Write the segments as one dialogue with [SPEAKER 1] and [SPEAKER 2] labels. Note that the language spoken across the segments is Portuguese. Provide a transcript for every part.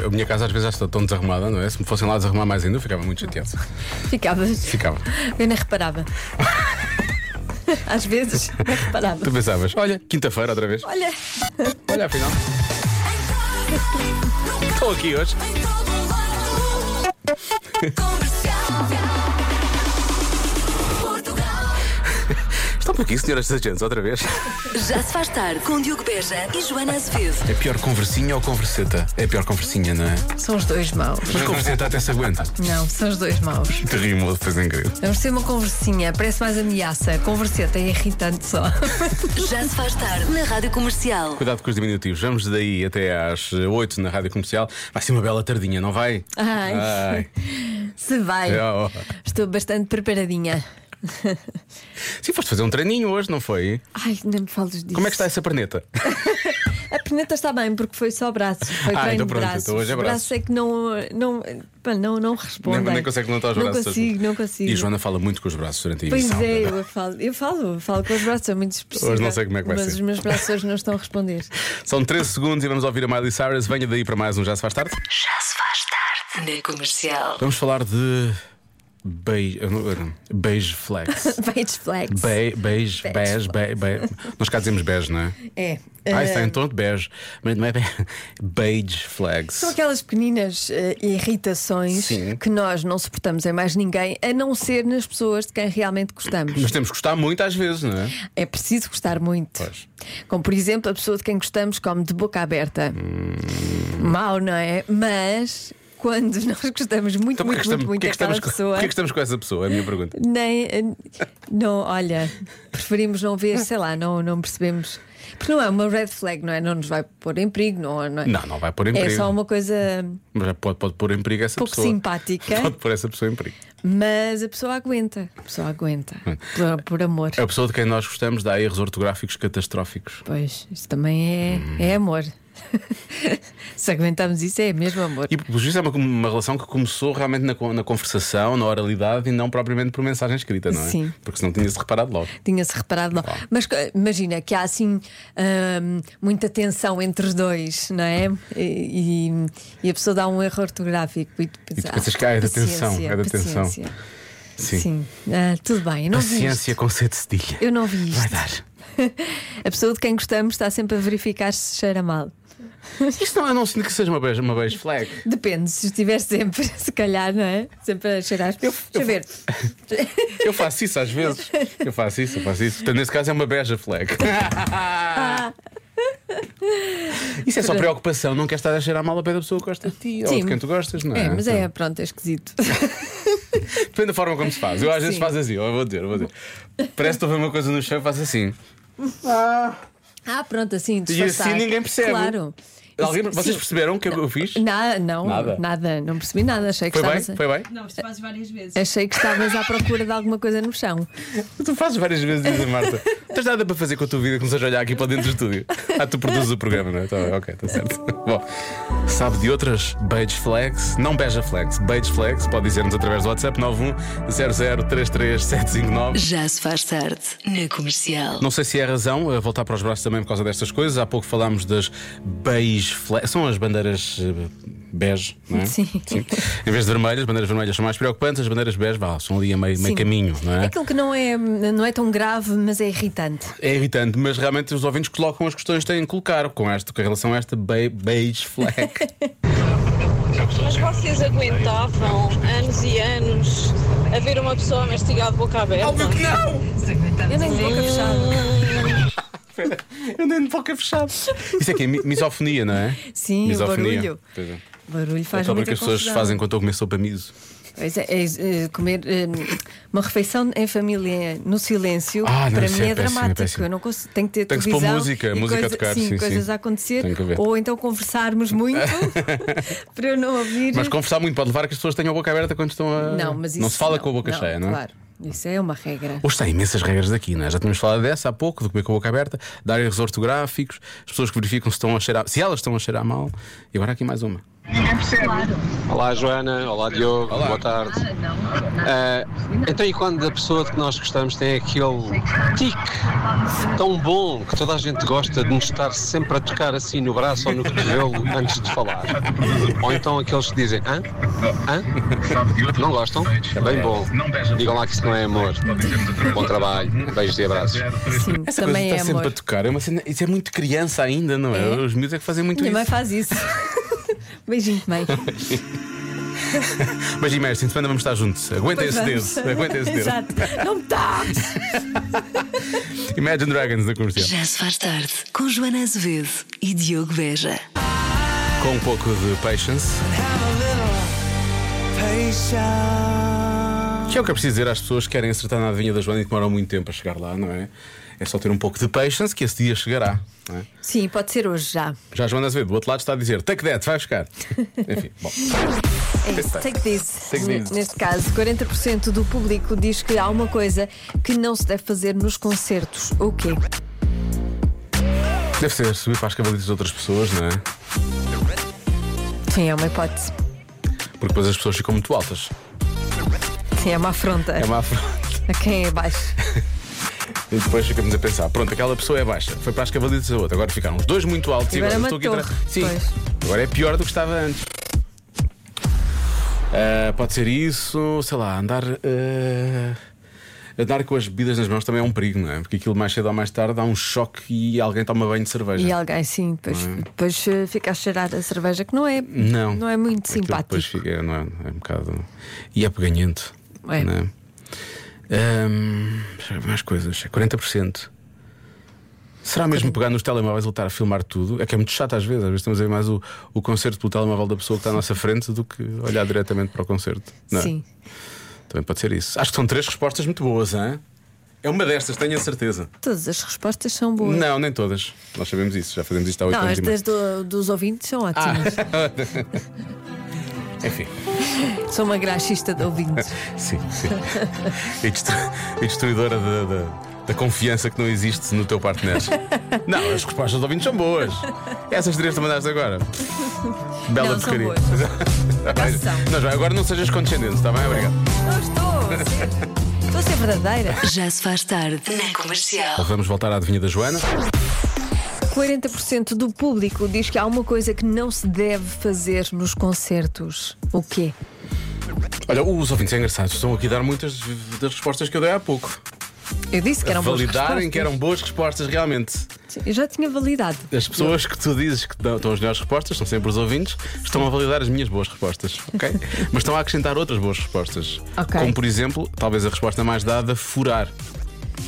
[SPEAKER 1] a minha casa às vezes já está tão desarrumada, não é? Se me fossem lá desarrumar mais ainda, eu ficava muito chateado.
[SPEAKER 2] Ficavas.
[SPEAKER 1] Ficava.
[SPEAKER 2] Eu nem reparava. Às vezes, nem reparava.
[SPEAKER 1] Tu pensavas, olha, quinta-feira outra vez.
[SPEAKER 2] Olha,
[SPEAKER 1] Olha, afinal. Estou aqui hoje. Estão por aqui, senhoras e agentes, outra vez.
[SPEAKER 3] Já se faz tarde com Diogo Beja e Joana Azevedo.
[SPEAKER 1] É pior conversinha ou converseta? É pior conversinha, não é?
[SPEAKER 2] são os dois maus.
[SPEAKER 1] Mas converseta até se aguenta.
[SPEAKER 2] Não, são os dois maus.
[SPEAKER 1] Te rimou, fez incrível.
[SPEAKER 2] Vamos ter uma conversinha, parece mais ameaça. Converseta é irritante só.
[SPEAKER 3] Já se faz tarde na Rádio Comercial.
[SPEAKER 1] Cuidado com os diminutivos. Vamos daí até às 8 na rádio comercial. Vai ser uma bela tardinha, não vai?
[SPEAKER 2] Ai. Se vai.
[SPEAKER 1] É, ó.
[SPEAKER 2] Estou bastante preparadinha.
[SPEAKER 1] Sim, foste fazer um treininho hoje, não foi?
[SPEAKER 2] Ai, nem me fales disso.
[SPEAKER 1] Como é que está essa perneta?
[SPEAKER 2] A perneta está bem, porque foi só braços. Foi
[SPEAKER 1] Ah,
[SPEAKER 2] treino
[SPEAKER 1] então
[SPEAKER 2] de
[SPEAKER 1] pronto,
[SPEAKER 2] braços.
[SPEAKER 1] então hoje é
[SPEAKER 2] Os braços é que não, não, pá, não, não respondem.
[SPEAKER 1] nem, nem consegue levantar os
[SPEAKER 2] não
[SPEAKER 1] braços.
[SPEAKER 2] Consigo, não consigo,
[SPEAKER 1] E a Joana fala muito com os braços durante a
[SPEAKER 2] Pois
[SPEAKER 1] emissão.
[SPEAKER 2] é, eu falo, eu falo, falo com os braços, sou muito expressiva.
[SPEAKER 1] Hoje não sei como é que vai
[SPEAKER 2] Mas
[SPEAKER 1] ser.
[SPEAKER 2] os meus braços hoje não estão a responder.
[SPEAKER 1] São 13 segundos e vamos ouvir a Miley Cyrus. Venha daí para mais um Já se faz tarde.
[SPEAKER 3] Já se faz tarde na Comercial.
[SPEAKER 1] Vamos falar de. Beige. eu não- eu não- Beige flex.
[SPEAKER 2] Beige flags.
[SPEAKER 1] Be- Beige, bege, be- be- Nós cá dizemos bege, não é?
[SPEAKER 2] É.
[SPEAKER 1] Ah,
[SPEAKER 2] eh,
[SPEAKER 1] está em tom de bege. Mas não é bege. Beige flags.
[SPEAKER 2] São aquelas pequeninas eh, irritações
[SPEAKER 1] Sim.
[SPEAKER 2] que nós não suportamos em mais ninguém, a não ser nas pessoas de quem realmente gostamos.
[SPEAKER 1] Mas temos que gostar muito às vezes, não é?
[SPEAKER 2] É preciso gostar muito.
[SPEAKER 1] Pois.
[SPEAKER 2] Como, por exemplo, a pessoa de quem gostamos come de boca aberta.
[SPEAKER 1] Hum.
[SPEAKER 2] Mau, não é? Mas quando nós gostamos muito,
[SPEAKER 1] Então,
[SPEAKER 2] muito,
[SPEAKER 1] porquê
[SPEAKER 2] muito,
[SPEAKER 1] que estamos, porquê
[SPEAKER 2] muito
[SPEAKER 1] que
[SPEAKER 2] daquela
[SPEAKER 1] estamos com-
[SPEAKER 2] pessoa.
[SPEAKER 1] porquê que estamos com essa pessoa? É a minha pergunta.
[SPEAKER 2] Nem. eh, Não, olha, preferimos não ver, sei lá, não, não percebemos. Porque não é uma red flag, não é? Não nos vai pôr em perigo, não, não é?
[SPEAKER 1] Não, não vai pôr em
[SPEAKER 2] é
[SPEAKER 1] perigo.
[SPEAKER 2] só uma coisa
[SPEAKER 1] Mas pode, pode pôr em perigo essa
[SPEAKER 2] pouco
[SPEAKER 1] pessoa.
[SPEAKER 2] simpática,
[SPEAKER 1] Pode pôr essa pessoa em perigo.
[SPEAKER 2] mas a pessoa aguenta. A pessoa aguenta.
[SPEAKER 1] Hum.
[SPEAKER 2] Por, por amor.
[SPEAKER 1] A pessoa de quem nós gostamos dá erros ortográficos catastróficos.
[SPEAKER 2] Pois, isso também é, é amor. Se aguentamos isso, é mesmo amor.
[SPEAKER 1] E por isso é uma, uma relação que começou realmente na, con- na conversação, na oralidade e não propriamente por mensagem escrita, não é?
[SPEAKER 2] Sim.
[SPEAKER 1] Porque senão tinha-se reparado logo.
[SPEAKER 2] Tinha-se reparado lá. Mas co- imagina que há assim hum, muita tensão entre os dois, não é? E, e- e a pessoa dá um erro ortográfico e tu pensas,
[SPEAKER 1] pensas que, ah, é da
[SPEAKER 2] paciência,
[SPEAKER 1] tensão, é da tensão."
[SPEAKER 2] paciência.
[SPEAKER 1] Sim.
[SPEAKER 2] Sim, Ah, tudo bem. Eu não vi
[SPEAKER 1] Paciência
[SPEAKER 2] isto.
[SPEAKER 1] com sede cedilha.
[SPEAKER 2] Eu não vi
[SPEAKER 1] Vai
[SPEAKER 2] isto.
[SPEAKER 1] dar.
[SPEAKER 2] A pessoa de quem gostamos está sempre a verificar se cheira mal.
[SPEAKER 1] Isto não, eu não sinto que seja uma beijo, uma beijo flag.
[SPEAKER 2] Depende, se estiver sempre, se calhar, não é? Sempre a cheirar. Deixa eu ver.
[SPEAKER 1] Eu faço isso às vezes. Eu faço isso, eu faço isso. Portanto, nesse caso é uma beja flag.
[SPEAKER 2] Ah.
[SPEAKER 1] Isso é só preocupação, não queres estar a cheirar mal a pé da pessoa que gosta de ti ou
[SPEAKER 2] Sim.
[SPEAKER 1] de quem tu gostas, não é?
[SPEAKER 2] É, mas é, pronto, é esquisito.
[SPEAKER 1] Depende da forma como se faz. Eu às vezes
[SPEAKER 2] Sim.
[SPEAKER 1] faço assim, eu vou dizer, eu vou dizer. Parece que estou a ver uma coisa no chão e faço assim.
[SPEAKER 2] Ah, pronto, assim, disfarçar.
[SPEAKER 1] assim ninguém percebe.
[SPEAKER 2] Claro.
[SPEAKER 1] Alguém-
[SPEAKER 2] Isso-
[SPEAKER 1] vocês
[SPEAKER 2] sim.
[SPEAKER 1] perceberam o que eu fiz?
[SPEAKER 2] Na- não,
[SPEAKER 1] Nada.
[SPEAKER 2] nada. não percebi nada. Achei que
[SPEAKER 1] Foi bem?
[SPEAKER 2] estavas. a-
[SPEAKER 1] Foi bem?
[SPEAKER 4] Não, isto fazes várias vezes.
[SPEAKER 2] Achei que estavas à procura de alguma coisa no chão.
[SPEAKER 1] Tu fazes várias vezes, diz a Marta. Não tens nada para fazer com a tua vida que não seja olhar aqui para dentro do estúdio. Ah, tu produzes o programa, não é? Tá bem, ok, está certo. Bom, sabe de outras? Beige Flags, não Beja Flags, Beige Flags, pode dizer-nos através do WhatsApp 910033759.
[SPEAKER 3] Já se faz tarde na Comercial.
[SPEAKER 1] Não sei se é a razão a voltar para os braços também por causa destas coisas. Há pouco falámos das beige flags. São as bandeiras eh, bege, não é?
[SPEAKER 2] Sim.
[SPEAKER 1] Em vez de vermelhas, as bandeiras vermelhas são mais preocupantes, as bandeiras bege vá, são ali a meio, meio
[SPEAKER 2] Sim.
[SPEAKER 1] caminho, não é?
[SPEAKER 2] Aquilo que não é, não é tão grave, mas é irritante.
[SPEAKER 1] É irritante, mas realmente os ouvintes colocam as questões que têm que colocar com, esta, com relação a esta be- beige flag.
[SPEAKER 5] Mas vocês aguentavam anos e anos a ver uma pessoa mastigar de boca aberta?
[SPEAKER 2] Eu nem de boca fechada.
[SPEAKER 1] Eu nem de boca fechada. Isso é que é mi- misofonia, não é?
[SPEAKER 2] Sim, o
[SPEAKER 1] misofonia.
[SPEAKER 2] barulho.
[SPEAKER 1] Pois é.
[SPEAKER 2] O barulho
[SPEAKER 1] É
[SPEAKER 2] faz
[SPEAKER 1] sobre o
[SPEAKER 2] muita
[SPEAKER 1] que as pessoas
[SPEAKER 2] confusão.
[SPEAKER 1] fazem quando eu comer sopa miso.
[SPEAKER 2] Pois é, é, é, comer é, uma refeição em família no silêncio
[SPEAKER 1] Ah, não,
[SPEAKER 2] para
[SPEAKER 1] isso
[SPEAKER 2] mim
[SPEAKER 1] é péssimo,
[SPEAKER 2] é,
[SPEAKER 1] é
[SPEAKER 2] dramático.
[SPEAKER 1] péssimo.
[SPEAKER 2] Eu não consigo, tenho que ter
[SPEAKER 1] Tem que se pôr
[SPEAKER 2] televisão
[SPEAKER 1] música,
[SPEAKER 2] e
[SPEAKER 1] música a
[SPEAKER 2] coisa-
[SPEAKER 1] tocar,
[SPEAKER 2] sim,
[SPEAKER 1] sim,
[SPEAKER 2] coisas
[SPEAKER 1] sim.
[SPEAKER 2] a acontecer
[SPEAKER 1] Tem que haver.
[SPEAKER 2] ou então conversarmos muito para eu não ouvir.
[SPEAKER 1] Mas conversar muito pode levar a que as pessoas tenham a boca aberta quando estão a.
[SPEAKER 2] não, mas isso
[SPEAKER 1] se fala com a boca cheia, não é?
[SPEAKER 2] Claro, isso é uma regra.
[SPEAKER 1] Hoje tem imensas regras daqui, não é? Já tínhamos falado dessa há pouco, do comer com a boca aberta, dar erros ortográficos, as pessoas que verificam se estão a cheirar, se elas estão a cheirar mal. E agora há aqui mais uma.
[SPEAKER 4] Olá Joana, olá Diogo,
[SPEAKER 1] Olá.
[SPEAKER 4] boa tarde. Ah, então e quando a pessoa de que nós gostamos tem aquele tique tão bom que toda a gente gosta de nos estar sempre a tocar assim no braço ou no cotovelo antes de falar? Ou então aqueles que dizem, hã? Hã? Não gostam? É Bem bom. Digam lá que isso não é amor. Bom trabalho, beijos e abraços.
[SPEAKER 2] Sim,
[SPEAKER 1] Essa
[SPEAKER 2] também
[SPEAKER 1] coisa
[SPEAKER 2] é
[SPEAKER 1] está sempre a
[SPEAKER 2] amor.
[SPEAKER 1] tocar. É uma cena- isso é muito criança ainda, não é?
[SPEAKER 2] É.
[SPEAKER 1] Os miúdos é que fazem muito
[SPEAKER 2] Minha mãe
[SPEAKER 1] isso.
[SPEAKER 2] faz isso. Beijinho, mãe.
[SPEAKER 1] Mas imerso, em semana vamos estar juntos. Aguenta
[SPEAKER 2] Pois
[SPEAKER 1] esse
[SPEAKER 2] vamos.
[SPEAKER 1] dedo. Aguenta esse dedo.
[SPEAKER 2] Exato. Não me toques!
[SPEAKER 1] Imagine Dragons na comercial.
[SPEAKER 3] Já se faz tarde com Joana Azevedo e Diogo Beja.
[SPEAKER 1] Com um pouco de patience. Que é o que é preciso dizer às pessoas que querem acertar na adivinha da Joana e demoram muito tempo a chegar lá, não é? É só ter um pouco de patience que esse dia chegará. Não é?
[SPEAKER 2] Sim, pode ser hoje já.
[SPEAKER 1] Já a Joana Azevedo, do outro lado, está a dizer: take that, vai buscar. Enfim, bom.
[SPEAKER 2] É isso, take this.
[SPEAKER 1] tá. Take this.
[SPEAKER 2] Neste caso, 40% do público diz que há uma coisa que não se deve fazer nos concertos. O quê?
[SPEAKER 1] Deve ser subir para as cavalitas de outras pessoas, não é?
[SPEAKER 2] Sim, é uma hipótese.
[SPEAKER 1] Porque depois as pessoas ficam muito altas.
[SPEAKER 2] Sim, é uma afronta
[SPEAKER 1] É uma afronta.
[SPEAKER 2] a quem é baixo.
[SPEAKER 1] E depois ficamos a pensar: pronto, aquela pessoa é baixa, foi para as cavalitas da outra. Agora ficaram os dois muito altos
[SPEAKER 2] Agora
[SPEAKER 1] e agora estou
[SPEAKER 2] matou.
[SPEAKER 1] aqui atrás. Sim,
[SPEAKER 2] Pois.
[SPEAKER 1] agora é pior do que estava antes. Ah, pode ser isso, sei lá, andar. ah, Andar com as bebidas nas mãos também é um perigo, não é? Porque aquilo mais cedo ou mais tarde dá um choque e alguém toma banho de cerveja.
[SPEAKER 2] E alguém, sim, depois,
[SPEAKER 1] é?
[SPEAKER 2] depois eh, fica a cheirar a cerveja, que não é,
[SPEAKER 1] Não.
[SPEAKER 2] não é muito
[SPEAKER 1] Aquilo
[SPEAKER 2] simpático.
[SPEAKER 1] Depois fica, é, não é, é um bocado. E é peganhento.
[SPEAKER 2] É.
[SPEAKER 1] Não é? Ahm, deixa eu ver mais coisas. É 40%. Será mesmo pegar nos telemóveis e voltar a filmar tudo? É que é muito chato às vezes. Às vezes estamos a ver mais o, o concerto pelo telemóvel da pessoa que está à nossa frente do que olhar diretamente para o concerto. Não é?
[SPEAKER 2] Sim.
[SPEAKER 1] Também pode ser isso. Acho que são três respostas muito boas, hein? É uma destas, tenho a certeza.
[SPEAKER 2] Todas as respostas são boas.
[SPEAKER 1] Não, nem todas. Nós sabemos isso. é Ah. Já fazemos isto há oito
[SPEAKER 2] Não,
[SPEAKER 1] anos. e meio.
[SPEAKER 2] estas do- dos ouvintes são ótimas.
[SPEAKER 1] Enfim.
[SPEAKER 2] Sou uma graxista de ouvintes.
[SPEAKER 1] Sim, sim. E, destru- e destruidora da, da- da confiança que não existe no teu parceiro. Não, as respostas dos ouvintes são boas. Essas três que tu mandaste agora. Bela
[SPEAKER 2] Não, são
[SPEAKER 1] porcaria.
[SPEAKER 2] boas, são acaso são.
[SPEAKER 1] Não, Joana, agora não sejas condescendente, está bem? Obrigado.
[SPEAKER 2] Não estou. a ser- Estou a ser verdadeira.
[SPEAKER 3] Já se faz tarde na comercial.
[SPEAKER 1] Vamos voltar à adivinha da Joana.
[SPEAKER 2] 40% do público diz que há uma coisa que não se deve fazer nos concertos. O quê?
[SPEAKER 1] Olha, os ouvintes engraçados estão aqui a dar muitas das respostas que eu dei há pouco.
[SPEAKER 2] Eu disse que eram boas
[SPEAKER 1] Validarem que
[SPEAKER 2] respostas.
[SPEAKER 1] eram boas respostas realmente.
[SPEAKER 2] Eu já tinha validado.
[SPEAKER 1] As pessoas que tu dizes que dão- estão as melhores respostas, são sempre os ouvintes, estão a validar as minhas boas respostas, ok? Mas estão a acrescentar outras boas respostas.
[SPEAKER 2] Ok.
[SPEAKER 1] Como, por exemplo, talvez a resposta mais dada, furar.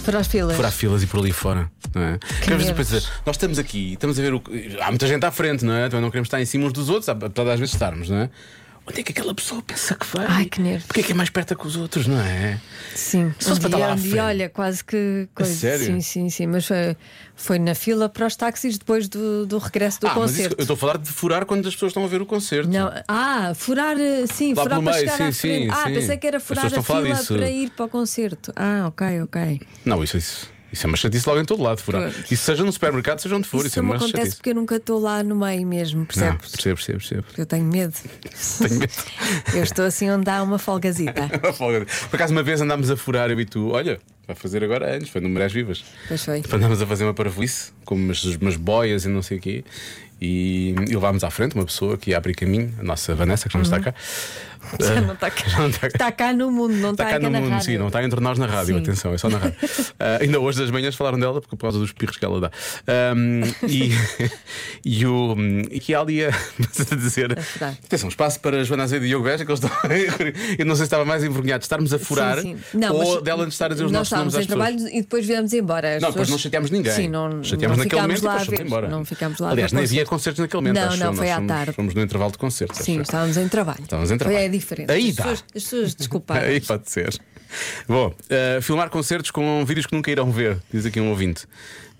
[SPEAKER 2] Para as filas.
[SPEAKER 1] Furar filas e por ali fora. Não é? Porque às vezes
[SPEAKER 2] nervos.
[SPEAKER 1] pensa, nós estamos aqui, estamos a ver o. que- Há muita gente à frente, não é? Também não queremos estar em cima uns dos outros, apesar de às vezes estarmos, não é? Onde é que aquela pessoa pensa que vai?
[SPEAKER 2] Ai, que nervos.
[SPEAKER 1] Porque é que é mais perto que os outros, não é?
[SPEAKER 2] Sim.
[SPEAKER 1] Só se para estar lá à
[SPEAKER 2] um dia,
[SPEAKER 1] frente.
[SPEAKER 2] olha, quase que coisa.
[SPEAKER 1] sério?
[SPEAKER 2] Sim, sim, sim. Mas foi, foi na fila para os táxis depois do, do regresso do
[SPEAKER 1] ah, mas isso-
[SPEAKER 2] concerto.
[SPEAKER 1] eu estou a falar de furar quando as pessoas estão a ver o concerto.
[SPEAKER 2] Não, ah, furar, eh, sim,
[SPEAKER 1] Lá
[SPEAKER 2] furar
[SPEAKER 1] pelo
[SPEAKER 2] para
[SPEAKER 1] meio,
[SPEAKER 2] chegar
[SPEAKER 1] sim,
[SPEAKER 2] à
[SPEAKER 1] sim,
[SPEAKER 2] frente. ah,
[SPEAKER 1] sim.
[SPEAKER 2] pensei que era
[SPEAKER 1] As
[SPEAKER 2] furar
[SPEAKER 1] pessoas
[SPEAKER 2] a
[SPEAKER 1] estão a falar
[SPEAKER 2] fila
[SPEAKER 1] disso.
[SPEAKER 2] para ir para o concerto. Ah, ok, ok.
[SPEAKER 1] Não, isso, isso, isso é uma chatice logo em todo lado, furar.
[SPEAKER 2] Pois.
[SPEAKER 1] Isso seja no supermercado, seja onde for, isso,
[SPEAKER 2] Isso
[SPEAKER 1] é
[SPEAKER 2] não me
[SPEAKER 1] uma
[SPEAKER 2] acontece
[SPEAKER 1] chatice.
[SPEAKER 2] porque eu nunca estou lá no meio mesmo,
[SPEAKER 1] Não,
[SPEAKER 2] percebes?
[SPEAKER 1] percebo, percebo, percebo.
[SPEAKER 2] Porque eu tenho medo.
[SPEAKER 1] Tenho medo.
[SPEAKER 2] eu estou assim onde há uma folgazita.
[SPEAKER 1] Uma folga. Por acaso, uma vez andámos a furar, eu e tu, olha, vai fazer agora anos, foi no Marés Vivas.
[SPEAKER 2] Pois foi.
[SPEAKER 1] Tipo, Andámos a fazer uma parvoíce, com umas, umas boias e não sei o quê, e, e levámos à frente uma pessoa que ia abrir caminho, a nossa Vanessa, que já não
[SPEAKER 2] Uhum.
[SPEAKER 1] está cá.
[SPEAKER 2] Já não está cá.
[SPEAKER 1] Já não está cá.
[SPEAKER 2] Está cá no mundo, não
[SPEAKER 1] Está
[SPEAKER 2] está,
[SPEAKER 1] Tá cá
[SPEAKER 2] aqui
[SPEAKER 1] no
[SPEAKER 2] na
[SPEAKER 1] mundo,
[SPEAKER 2] rádio.
[SPEAKER 1] sim, não está entre nós na rádio,
[SPEAKER 2] Sim.
[SPEAKER 1] atenção, é só na rádio. Ah, ainda hoje das manhãs falaram dela porque por causa dos pirros que ela dá. Ahm, e, e, o, e que há ali a, a dizer:
[SPEAKER 2] furar.
[SPEAKER 1] atenção, espaço para Joana Azevedo e Diogo Beja, que eles estão. Eu não sei se estava mais envergonhado de estarmos a furar
[SPEAKER 2] Sim, sim. Não,
[SPEAKER 1] ou
[SPEAKER 2] mas
[SPEAKER 1] dela de estar a dizer os nossos
[SPEAKER 2] nós estávamos
[SPEAKER 1] nomes às
[SPEAKER 2] em trabalho
[SPEAKER 1] pessoas.
[SPEAKER 2] e depois viemos embora. As
[SPEAKER 1] Não, depois
[SPEAKER 2] pessoas-
[SPEAKER 1] não chateámos ninguém.
[SPEAKER 2] Sim, não,
[SPEAKER 1] chateámos
[SPEAKER 2] não
[SPEAKER 1] naquele
[SPEAKER 2] ficámos
[SPEAKER 1] momento
[SPEAKER 2] lá
[SPEAKER 1] e
[SPEAKER 2] a
[SPEAKER 1] depois fomos
[SPEAKER 2] ver.
[SPEAKER 1] embora.
[SPEAKER 2] Não ficámos lá a
[SPEAKER 1] Aliás,
[SPEAKER 2] ver
[SPEAKER 1] nem
[SPEAKER 2] concertos.
[SPEAKER 1] havia concertos naquele momento.
[SPEAKER 2] Não,
[SPEAKER 1] acho
[SPEAKER 2] não,
[SPEAKER 1] eu.
[SPEAKER 2] foi
[SPEAKER 1] Nós
[SPEAKER 2] à
[SPEAKER 1] fomos-
[SPEAKER 2] tarde.
[SPEAKER 1] Fomos no intervalo de concertos.
[SPEAKER 2] Sim,
[SPEAKER 1] acho eu.
[SPEAKER 2] estávamos em trabalho.
[SPEAKER 1] Estávamos em trabalho.
[SPEAKER 2] Foi é diferente.
[SPEAKER 1] Aí
[SPEAKER 2] as,
[SPEAKER 1] dá.
[SPEAKER 2] pessoas, as pessoas desculparam.
[SPEAKER 1] Aí pode ser. Bom, eh, filmar concertos com vídeos que nunca irão ver, diz aqui um ouvinte.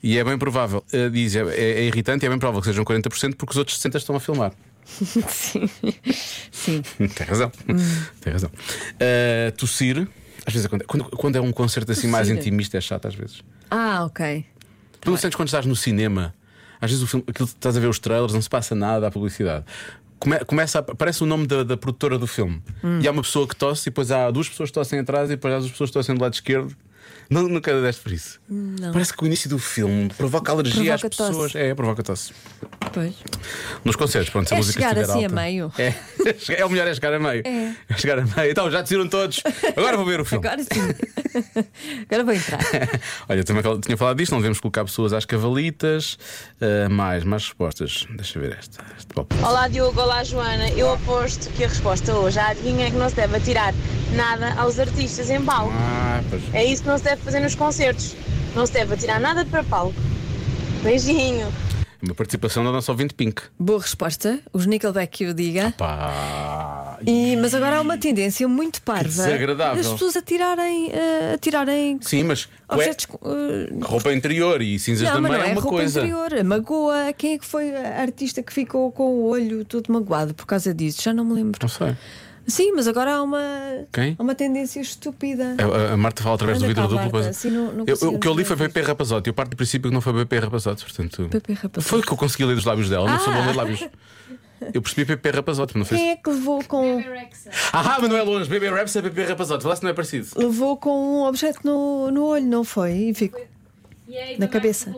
[SPEAKER 1] E é bem provável, eh, diz, é, é- é irritante e é bem provável que sejam 40% porque os outros 60% estão a filmar.
[SPEAKER 2] Sim. Sim.
[SPEAKER 1] Tem razão. Tem razão. Eh, tossir, às vezes acontece. Quando, quando é um concerto assim mais
[SPEAKER 2] Tossir.
[SPEAKER 1] intimista, é chato às vezes.
[SPEAKER 2] Ah, ok.
[SPEAKER 1] Tu não sentes quando estás no cinema, às vezes o filme, aquilo que estás a ver os trailers, não se passa nada à publicidade. come- começa a- parece o nome da, da produtora do filme.
[SPEAKER 2] Hum.
[SPEAKER 1] E há uma pessoa que tosse, e depois há duas pessoas que tossem atrás, e depois há duas pessoas que tossem do lado esquerdo. Nu- Nunca deste por isso. Parece que o início do filme provoca alergia às
[SPEAKER 2] Provoca tosse.
[SPEAKER 1] pessoas. É, provoca tosse.
[SPEAKER 2] Pois.
[SPEAKER 1] Nos concertos, pronto, se a
[SPEAKER 2] É
[SPEAKER 1] música
[SPEAKER 2] chegar
[SPEAKER 1] estiver
[SPEAKER 2] assim a
[SPEAKER 1] alta.
[SPEAKER 2] meio.
[SPEAKER 1] É, é o melhor é chegar a meio.
[SPEAKER 2] É.
[SPEAKER 1] chegar a meio. Então, já decidiram todos. Agora vou ver o filme.
[SPEAKER 2] Agora sim. Agora vou entrar.
[SPEAKER 1] Olha, eu também fal- tinha falado disto, não devemos colocar pessoas às cavalitas. Ah, mais, mais respostas. Deixa eu ver esta. Este palpite.
[SPEAKER 5] Olá Diogo, olá Joana. Eu aposto que a resposta hoje à adivinha é que não se deve atirar nada aos artistas em palco.
[SPEAKER 1] Ah, pois.
[SPEAKER 5] É isso que não se deve fazer nos concertos. Não se deve atirar nada para palco. Beijinho.
[SPEAKER 1] Uma participação da nossa ouvinte Pink.
[SPEAKER 2] Boa resposta. Os Nickelback que o diga.
[SPEAKER 1] Pá.
[SPEAKER 2] E- mas agora há uma tendência muito parva
[SPEAKER 1] desagradável.
[SPEAKER 2] das pessoas atirarem, eh, atirarem
[SPEAKER 1] Sim, mas ué,
[SPEAKER 2] objetos. eh,
[SPEAKER 1] roupa interior e cinzas
[SPEAKER 2] Oh, não,
[SPEAKER 1] da
[SPEAKER 2] mas
[SPEAKER 1] mãe
[SPEAKER 2] não é,
[SPEAKER 1] é uma
[SPEAKER 2] roupa
[SPEAKER 1] coisa.
[SPEAKER 2] interior, a magoa. Quem é que foi a artista que ficou com o olho todo magoado por causa disso? Já não me lembro.
[SPEAKER 1] Não sei.
[SPEAKER 2] Sim, mas agora há uma,
[SPEAKER 1] Então. Quem?
[SPEAKER 2] há uma tendência estúpida.
[SPEAKER 1] É, A, a- a Marta fala através
[SPEAKER 2] Anda
[SPEAKER 1] do
[SPEAKER 2] cá,
[SPEAKER 1] vidro duplo
[SPEAKER 2] Marta,
[SPEAKER 1] coisa.
[SPEAKER 2] assim
[SPEAKER 1] Eu-
[SPEAKER 2] não- não
[SPEAKER 1] eu- o
[SPEAKER 2] conseguimos
[SPEAKER 1] que eu li foi
[SPEAKER 2] ver.
[SPEAKER 1] BP Rapazote. Eu parto do princípio que não foi BP Rapazote, portanto.
[SPEAKER 2] PP Rapazote.
[SPEAKER 1] Foi o que eu consegui ler dos lábios dela. Não sou
[SPEAKER 2] Ah!
[SPEAKER 1] bom ler lábios. Eu percebi PP Rapazote, mas não fez.
[SPEAKER 2] Quem é que levou com,
[SPEAKER 1] Ah, mas não é longe. BB Raps é BB Rapazote. Vê lá se não é parecido.
[SPEAKER 2] levou com um objeto no, no olho, não foi? E ficou. Na cabeça.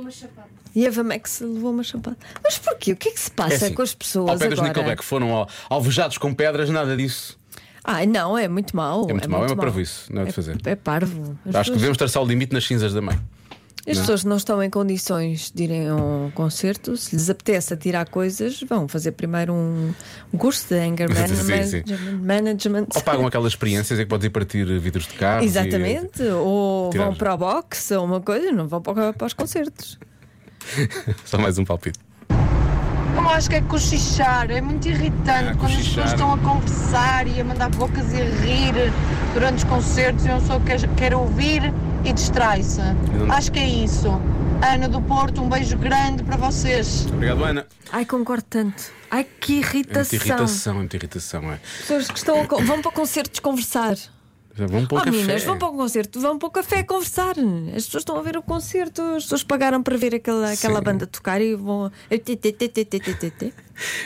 [SPEAKER 2] E Eva Max levou uma chapada. Mas porquê? O que é que se passa
[SPEAKER 1] assim,
[SPEAKER 2] com as pessoas
[SPEAKER 1] Ao pé dos
[SPEAKER 2] agora?
[SPEAKER 1] Nickelback foram al- alvejados com pedras, nada disso.
[SPEAKER 2] Ah, não, é muito mau.
[SPEAKER 1] É muito mau, é uma
[SPEAKER 2] mau.
[SPEAKER 1] parvoíce, não é de fazer.
[SPEAKER 2] É parvo. As,
[SPEAKER 1] Acho que
[SPEAKER 2] pessoas,
[SPEAKER 1] devemos traçar o limite nas cinzas da mãe.
[SPEAKER 2] as pessoas não estão em condições de irem a um concerto. Se lhes apetece atirar coisas, vão fazer primeiro um um curso de anger management.
[SPEAKER 1] Sim,
[SPEAKER 2] management.
[SPEAKER 1] Ou pagam aquelas experiências em que podes ir partir vidros de carro. e-
[SPEAKER 2] Exatamente, ou
[SPEAKER 1] tirar-
[SPEAKER 2] vão para o box ou uma coisa, não vão para, para os concertos.
[SPEAKER 1] Só mais um palpite.
[SPEAKER 6] Eu acho que é cochichar, é muito irritante
[SPEAKER 1] Ah,
[SPEAKER 6] quando as
[SPEAKER 1] cochichar.
[SPEAKER 6] pessoas estão a conversar e a mandar bocas e a rir durante os concertos e uma pessoa quer, quer ouvir e distrai-se.
[SPEAKER 1] não-
[SPEAKER 6] Acho que é isso. Ana do Porto, um beijo grande para vocês.
[SPEAKER 1] Obrigado, Ana.
[SPEAKER 2] Ai, concordo tanto. Ai, que
[SPEAKER 1] É muita
[SPEAKER 2] irritação.
[SPEAKER 1] irritação, é muita irritação. É.
[SPEAKER 2] Pessoas que estão a co- vão para concertos conversar.
[SPEAKER 1] Vamos para o
[SPEAKER 2] Oh,
[SPEAKER 1] café.
[SPEAKER 2] meninas, vão para o concerto, vão para o café conversar. As pessoas estão a ver o concerto, as pessoas pagaram para ver aquela, aquela
[SPEAKER 1] Sim.
[SPEAKER 2] banda tocar e vão. Sim,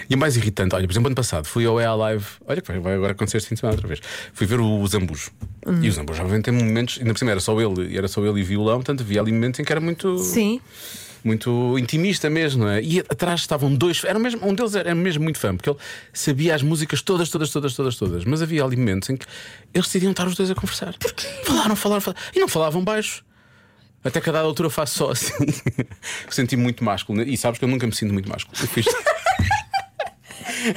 [SPEAKER 1] E o mais irritante, olha, por exemplo, ano passado fui ao EA Live, olha, pá, vai agora acontecer este fim de semana outra vez. Fui ver o Zambujo. E
[SPEAKER 2] Hum.
[SPEAKER 1] o Zambujo, obviamente, tem momentos, ainda por cima era só ele, era só ele e violão, portanto havia ali momentos em que era muito, muito intimista mesmo, não é? E atrás estavam dois, era mesmo, um deles era mesmo muito fã, porque ele sabia as músicas todas, todas, todas, todas, todas, mas havia ali momentos em que eles decidiam estar os dois a conversar. Porquê? Falaram, falaram, falaram, e não falavam baixo. Até que a dada altura faço só assim. Senti-me muito másculo. né? E sabes que eu nunca me sinto muito másculo. Eu fiz. no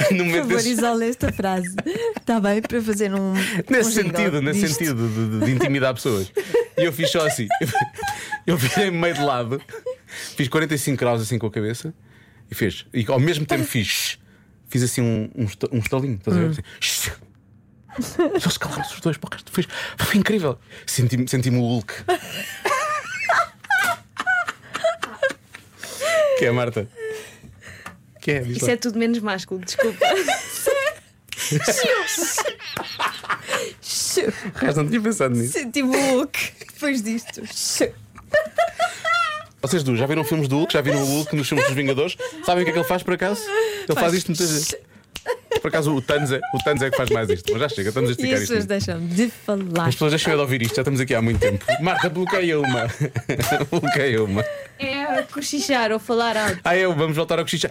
[SPEAKER 2] por
[SPEAKER 1] momento
[SPEAKER 2] favor,
[SPEAKER 1] desse,
[SPEAKER 2] isola esta frase. Está bem para fazer um.
[SPEAKER 1] nesse
[SPEAKER 2] um jingle
[SPEAKER 1] sentido, nesse
[SPEAKER 2] disto.
[SPEAKER 1] sentido de, de- de intimidar pessoas. E eu fiz só assim. Eu virei meio de lado, fiz 45 graus assim com a cabeça e fez. E ao mesmo tempo fiz. Fiz assim um, um, esto- um estalinho, estás a ver? Assim, Só se calaram os dois para o resto. Foi, foi incrível. Senti-me senti o Hulk. que é, Marta? Que é? Diz
[SPEAKER 7] Isso
[SPEAKER 1] lá.
[SPEAKER 7] é tudo menos másculo, desculpa.
[SPEAKER 1] Resto não tinha pensado nisso.
[SPEAKER 2] Senti-me woke depois disto.
[SPEAKER 1] Vocês duas já viram filmes do Hulk? Já viram o Hulk nos filmes dos Vingadores? Sabem o que é que ele faz por acaso? Ele faz, isto muitas vezes. Por acaso o Thanos, é, o Thanos é que faz mais isto. Mas já chega, estamos a
[SPEAKER 2] E
[SPEAKER 1] esticar
[SPEAKER 2] as
[SPEAKER 1] isto.
[SPEAKER 2] pessoas
[SPEAKER 1] muito.
[SPEAKER 2] deixam de falar.
[SPEAKER 1] As pessoas deixam eu de ouvir isto, já estamos aqui há muito tempo. Marta, bloqueia uma. bloqueia uma.
[SPEAKER 7] É cochichar ou falar alto.
[SPEAKER 1] Ah, eu, vamos voltar ao cochicha.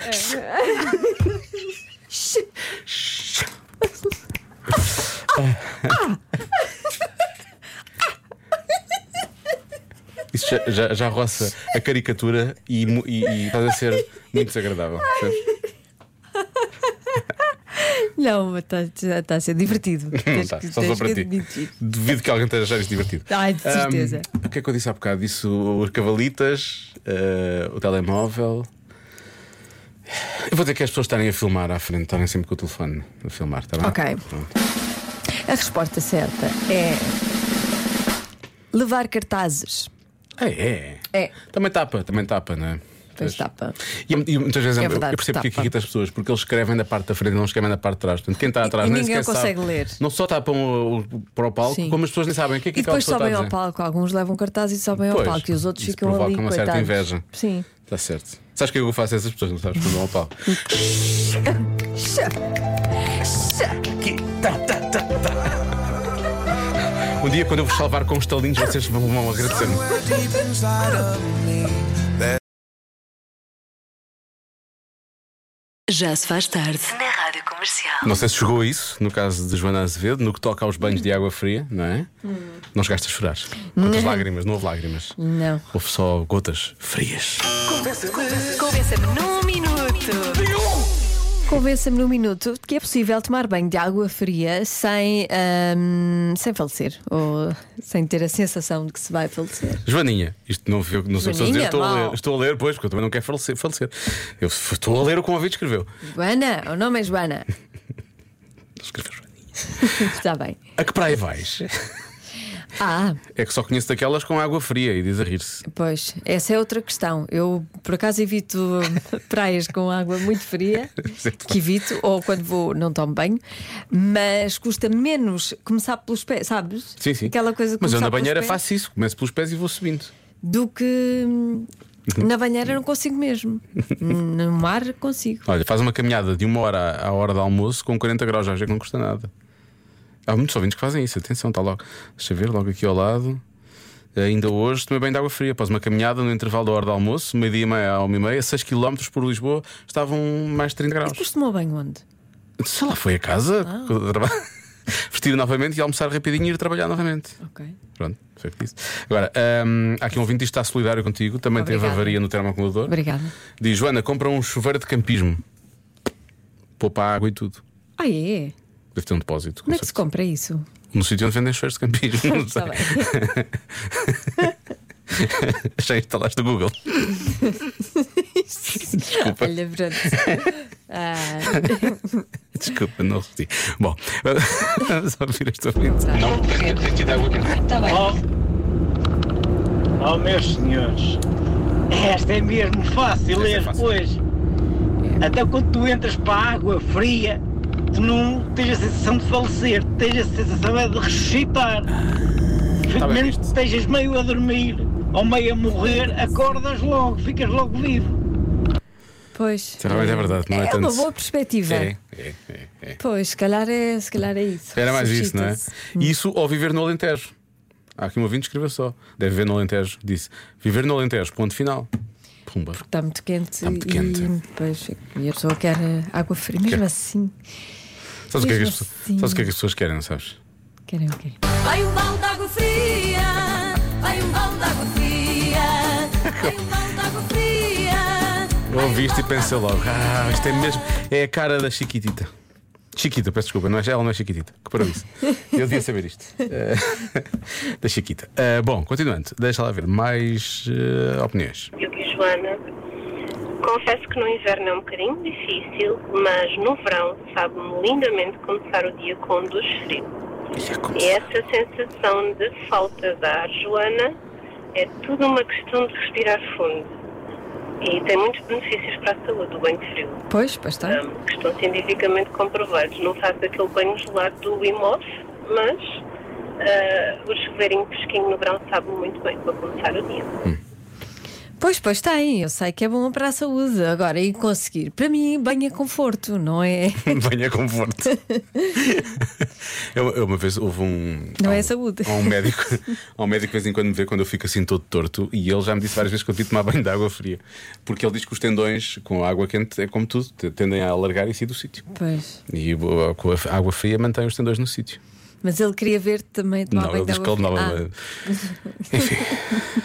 [SPEAKER 1] Isso já, já, já roça a caricatura e, mu- e, e estás a ser muito desagradável. percebes?
[SPEAKER 2] Não, está tá a ser divertido.
[SPEAKER 1] Não
[SPEAKER 2] Tens
[SPEAKER 1] tá,
[SPEAKER 2] que-
[SPEAKER 1] só sou
[SPEAKER 2] tens
[SPEAKER 1] para
[SPEAKER 2] que
[SPEAKER 1] ti.
[SPEAKER 2] admitir.
[SPEAKER 1] Duvido que alguém esteja a achar isto divertido.
[SPEAKER 2] Ai, de certeza.
[SPEAKER 1] Ahm, o que é que eu disse há bocado? Disse o- os cavalitas, ah, o telemóvel. Eu vou dizer que as pessoas estarem a filmar à frente, estarem sempre com o telefone a filmar, está bem?
[SPEAKER 2] Ok.
[SPEAKER 1] Pronto.
[SPEAKER 2] A resposta certa é. Levar cartazes.
[SPEAKER 1] Ah, é.
[SPEAKER 2] É.
[SPEAKER 1] Também tapa, também tapa, não é?
[SPEAKER 2] Pois tapa.
[SPEAKER 1] E, e muitas vezes
[SPEAKER 2] É
[SPEAKER 1] eu-
[SPEAKER 2] verdade,
[SPEAKER 1] eu percebo que
[SPEAKER 2] tapa.
[SPEAKER 1] irrita as pessoas, porque eles escrevem da parte da frente, não escrevem da parte de trás. Portanto, quem está
[SPEAKER 2] E-
[SPEAKER 1] atrás
[SPEAKER 2] e
[SPEAKER 1] nem
[SPEAKER 2] ninguém
[SPEAKER 1] sequer
[SPEAKER 2] consegue
[SPEAKER 1] sabe.
[SPEAKER 2] ler.
[SPEAKER 1] Não só tapam o, o- para o palco,
[SPEAKER 2] Sim.
[SPEAKER 1] como as pessoas nem sabem o que é que
[SPEAKER 2] E
[SPEAKER 1] aquela
[SPEAKER 2] depois
[SPEAKER 1] pessoa
[SPEAKER 2] sobem
[SPEAKER 1] está a
[SPEAKER 2] ao
[SPEAKER 1] dizer.
[SPEAKER 2] palco. Alguns levam cartaz e sobem ao
[SPEAKER 1] Pois,
[SPEAKER 2] palco e os outros
[SPEAKER 1] isso
[SPEAKER 2] ficam
[SPEAKER 1] provoca
[SPEAKER 2] ali.
[SPEAKER 1] uma certa
[SPEAKER 2] coitados.
[SPEAKER 1] inveja.
[SPEAKER 2] Sim.
[SPEAKER 1] Está certo. Sabes o que é que eu faço a essas pessoas? Não sabes? Quando vão ao pau. Aqui, tá, tá, tá, tá. Um dia, quando eu vos salvar com os talinhos, vocês vão, vão agradecer-me.
[SPEAKER 3] Já se faz tarde. Na Rádio Comercial.
[SPEAKER 1] Não sei se chegou a isso, no caso de Joana Azevedo, no que toca aos banhos de água fria, não é?
[SPEAKER 2] Hum.
[SPEAKER 1] Não chegaste a chorar. Quantas lágrimas? Não houve lágrimas.
[SPEAKER 2] Não.
[SPEAKER 1] Houve só gotas frias.
[SPEAKER 3] Convença-me num minuto.
[SPEAKER 2] Convença-me num minuto que é possível tomar banho de água fria sem, ahm, sem falecer ou sem ter a sensação de que se vai falecer.
[SPEAKER 1] Joaninha, isto não, eu, não sei o que estou a dizer,
[SPEAKER 2] Joaninha,
[SPEAKER 1] estou a, ler,
[SPEAKER 2] mal.
[SPEAKER 1] estou a ler, pois, porque eu também não quero falecer. falecer. Eu f- estou a ler o que o ouvinte escreveu.
[SPEAKER 2] Joana, o nome é Joana.
[SPEAKER 1] Escreveu Joaninha.
[SPEAKER 2] Está bem.
[SPEAKER 1] A que praia vais?
[SPEAKER 2] Ah,
[SPEAKER 1] É que só conheço daquelas com água fria e diz a rir-se.
[SPEAKER 2] pois, essa é outra questão. Eu, por acaso, evito hum, praias com água muito fria, que evito, ou quando vou, não tomo banho, mas custa menos começar pelos pés, sabes?
[SPEAKER 1] Sim, sim.
[SPEAKER 2] Aquela coisa que
[SPEAKER 1] Mas eu na
[SPEAKER 2] pelos
[SPEAKER 1] banheira
[SPEAKER 2] pés,
[SPEAKER 1] faço isso, começo pelos pés e vou subindo.
[SPEAKER 2] Do que hum,
[SPEAKER 1] Uhum.
[SPEAKER 2] na banheira não consigo mesmo. No mar consigo.
[SPEAKER 1] Olha, faz uma caminhada de uma hora à hora do almoço com 40 graus, já acho que não custa nada. Há muitos ouvintes que fazem isso, atenção, está logo. Deixa eu ver, logo aqui ao lado. Ainda hoje tomei bem de água fria. Após uma caminhada no intervalo da hora do almoço, meio-dia e meia a uma e meia, 6 km por Lisboa, estavam mais de 30 graus.
[SPEAKER 2] Custa o banho onde?
[SPEAKER 1] Sei lá, foi a casa,
[SPEAKER 2] Ah.
[SPEAKER 1] trabalho- vestir novamente e almoçar rapidinho e ir trabalhar novamente.
[SPEAKER 2] Ok.
[SPEAKER 1] Pronto, foi o que disse. Agora, hum, há aqui um ouvinte que está solidário contigo, também teve
[SPEAKER 2] Obrigada.
[SPEAKER 1] avaria no termoacumulador.
[SPEAKER 2] Obrigada.
[SPEAKER 1] Diz Joana, compra um chuveiro de campismo. Poupa água e tudo.
[SPEAKER 2] Ah, é?
[SPEAKER 1] Deve ter um depósito. com
[SPEAKER 2] Como é que se
[SPEAKER 1] certeza.
[SPEAKER 2] compra isso?
[SPEAKER 1] No sítio onde vendem chuveiros de campismo. Não sei.
[SPEAKER 2] Está Tá bem.
[SPEAKER 1] Já instalaste o Google. Desculpa.
[SPEAKER 2] Olha, pronto. Ah,
[SPEAKER 1] Desculpa, não repeti. Bom, vamos ouvir este ouvinte.
[SPEAKER 2] Tá
[SPEAKER 8] Oh, meus senhores, esta é mesmo fácil,
[SPEAKER 1] Esta é
[SPEAKER 8] é
[SPEAKER 1] fácil.
[SPEAKER 8] depois. Até quando tu entras para a água fria, tu não tens a sensação de falecer, tens a sensação é de ressuscitar.
[SPEAKER 1] Está Ah, tá bem
[SPEAKER 8] Felizmente
[SPEAKER 1] visto.
[SPEAKER 8] estejas meio a dormir ou meio a morrer, acordas logo, ficas logo vivo.
[SPEAKER 2] pois.
[SPEAKER 1] Realmente é verdade, não é, tanto.
[SPEAKER 2] uma boa perspectiva.
[SPEAKER 1] É, é, é, é.
[SPEAKER 2] Pois, se calhar é, se calhar é isso.
[SPEAKER 1] Era mais isso, não é?
[SPEAKER 2] Suscita-se.
[SPEAKER 1] Isso ou viver no Alentejo. Há aqui um ouvinte que escreveu só. Deve viver no Alentejo. Disse: viver no Alentejo, ponto final. Pumba.
[SPEAKER 2] Está Tá muito quente.
[SPEAKER 1] Está Tá muito quente.
[SPEAKER 2] E, pois, e a pessoa quer eh, água fria. Mesmo
[SPEAKER 1] Quer.
[SPEAKER 2] assim,
[SPEAKER 1] Sabes o que é que as
[SPEAKER 2] Mesmo
[SPEAKER 1] pessoas-
[SPEAKER 2] assim.
[SPEAKER 1] sabes o que é que as pessoas querem, não sabes?
[SPEAKER 2] querem o quê?
[SPEAKER 3] Vai um balde de água fria. Vai um balde de água fria. Vai um balde de água fria.
[SPEAKER 1] Eu ouvi isto e pensei logo, ah, isto é mesmo. É a cara da Chiquitita. Chiquita, peço desculpa, não é, ela não é Chiquitita. Que para isso. Eu devia saber isto. Eh, da Chiquita. Eh, bom, continuando, deixa lá ver mais eh, opiniões.
[SPEAKER 9] Eu que Joana. Confesso que no inverno é um bocadinho difícil, mas no verão sabe-me lindamente começar o dia com um dos frios.
[SPEAKER 1] Ih, é como
[SPEAKER 9] E
[SPEAKER 1] se-
[SPEAKER 9] essa sensação de falta de ar, Joana, é tudo uma questão de respirar fundo. E tem muitos benefícios para a saúde, o banho frio,
[SPEAKER 2] Pois, pois está.
[SPEAKER 9] hum, que estão cientificamente comprovados. Não faço aquele banho gelado do Wim Hof, mas ah, o chuveirinho fresquinho no verão sabe muito bem para começar o dia.
[SPEAKER 2] Pois, pois tem. Eu sei que é bom para a saúde. Agora, e conseguir? Para mim, banho é conforto, não é?
[SPEAKER 1] Venha conforto. eu, eu uma vez houve um.
[SPEAKER 2] Não
[SPEAKER 1] há um-
[SPEAKER 2] é saúde.
[SPEAKER 1] Há um médico, há um médico de vez em quando me vê quando eu fico assim todo torto e ele já me disse várias vezes que eu devia tomar banho de água fria. Porque ele diz que os tendões com a água quente é como tudo, te- tendem a alargar e sair do sítio.
[SPEAKER 2] Pois.
[SPEAKER 1] E bo- com a f- água fria mantém os tendões no sítio.
[SPEAKER 2] Mas ele queria ver também tomar
[SPEAKER 1] Não,
[SPEAKER 2] banho
[SPEAKER 1] ele
[SPEAKER 2] de
[SPEAKER 1] diz que
[SPEAKER 2] água
[SPEAKER 1] ele não.
[SPEAKER 2] fria. Ah,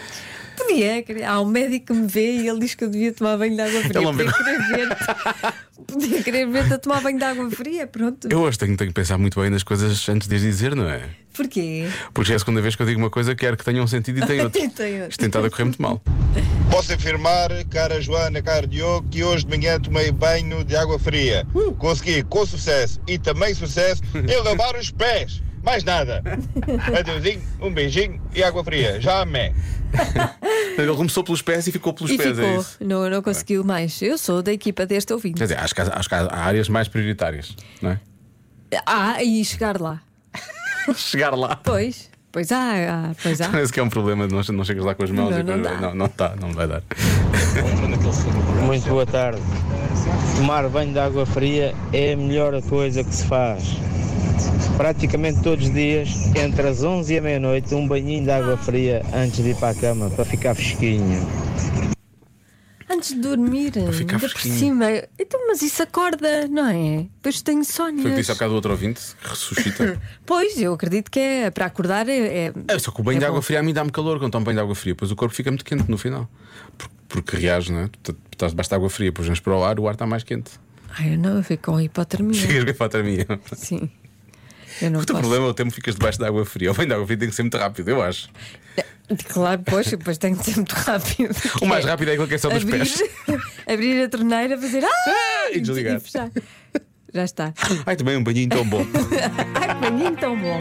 [SPEAKER 2] Podia, queria- há um médico que me vê e ele diz que eu devia tomar banho de água fria.
[SPEAKER 1] Ele não
[SPEAKER 2] podia
[SPEAKER 1] bebe.
[SPEAKER 2] querer ver-te. Podia querer ver-te a tomar banho de água fria, pronto.
[SPEAKER 1] Eu hoje tenho, tenho que pensar muito bem nas coisas antes de as dizer, não é?
[SPEAKER 2] Porquê?
[SPEAKER 1] Porque já é a segunda vez que eu digo uma coisa, quero que tenha um sentido e tem outro.
[SPEAKER 2] Tem outro.
[SPEAKER 1] Isto então tem estado a correr muito mal.
[SPEAKER 10] Posso afirmar, cara Joana, cara Diogo, que hoje de manhã tomei banho de água fria. Consegui, com sucesso e também sucesso, em lavar os pés. Mais nada. Adeusinho, um beijinho e água fria. Já amei.
[SPEAKER 1] Ele começou pelos pés e ficou pelos
[SPEAKER 2] E
[SPEAKER 1] pés, é
[SPEAKER 2] ficou,
[SPEAKER 1] isso.
[SPEAKER 2] não, não conseguiu mais. Eu sou da equipa deste ouvinte.
[SPEAKER 1] Quer dizer, acho que, há, acho que há áreas mais prioritárias, não é?
[SPEAKER 2] Ah, e chegar lá.
[SPEAKER 1] Chegar lá.
[SPEAKER 2] Pois, pois há, há, pois há.
[SPEAKER 1] Parece que é um problema de não, não chegas lá com as mãos
[SPEAKER 2] Não,
[SPEAKER 1] e com
[SPEAKER 2] não
[SPEAKER 1] as-
[SPEAKER 2] dá.
[SPEAKER 1] não, não, dá, não vai dar.
[SPEAKER 8] Muito boa tarde. Tomar banho de água fria é a melhor coisa que se faz. Praticamente todos os dias, entre as 11 e a meia-noite, um banhinho de água fria antes de ir para a cama, para ficar fresquinho.
[SPEAKER 2] Antes de dormir, ainda por
[SPEAKER 1] fresquinho.
[SPEAKER 2] cima. Então, mas isso acorda, não é? Depois tenho sonhos.
[SPEAKER 1] Foi o que disse há bocado o outro ouvinte, que ressuscita.
[SPEAKER 2] Pois, eu acredito que é para acordar é. é-
[SPEAKER 1] É, só que o banho
[SPEAKER 2] é
[SPEAKER 1] de água
[SPEAKER 2] bom.
[SPEAKER 1] fria a mim dá-me calor quando tomo banho de água fria, pois o corpo fica muito quente no final. Por- Porque reage, não é? Tu t- estás debaixo de água fria, depois vens para o ar, o ar está mais quente.
[SPEAKER 2] Ai, eu não, eu fico com hipotermia.
[SPEAKER 1] Chegas com a hipotermia.
[SPEAKER 2] Sim. Eu não
[SPEAKER 1] O teu
[SPEAKER 2] posso.
[SPEAKER 1] problema é o tempo que ficas debaixo de água fria. O banho de água fria tem que ser muito rápido, eu acho.
[SPEAKER 2] É, Claro, pois, e depois tenho que ser muito rápido.
[SPEAKER 1] O mais rápido é aquilo que é só dos
[SPEAKER 2] abrir,
[SPEAKER 1] pés.
[SPEAKER 2] abrir a torneira, fazer. Ah!
[SPEAKER 1] E desligar.
[SPEAKER 2] fechar. Já está.
[SPEAKER 1] Ai, também um banhinho tão bom.
[SPEAKER 2] Ai, que banhinho tão bom.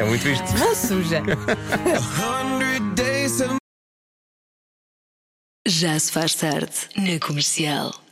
[SPEAKER 1] É muito isto.
[SPEAKER 2] Vou suja.
[SPEAKER 11] Já se faz tarde na comercial.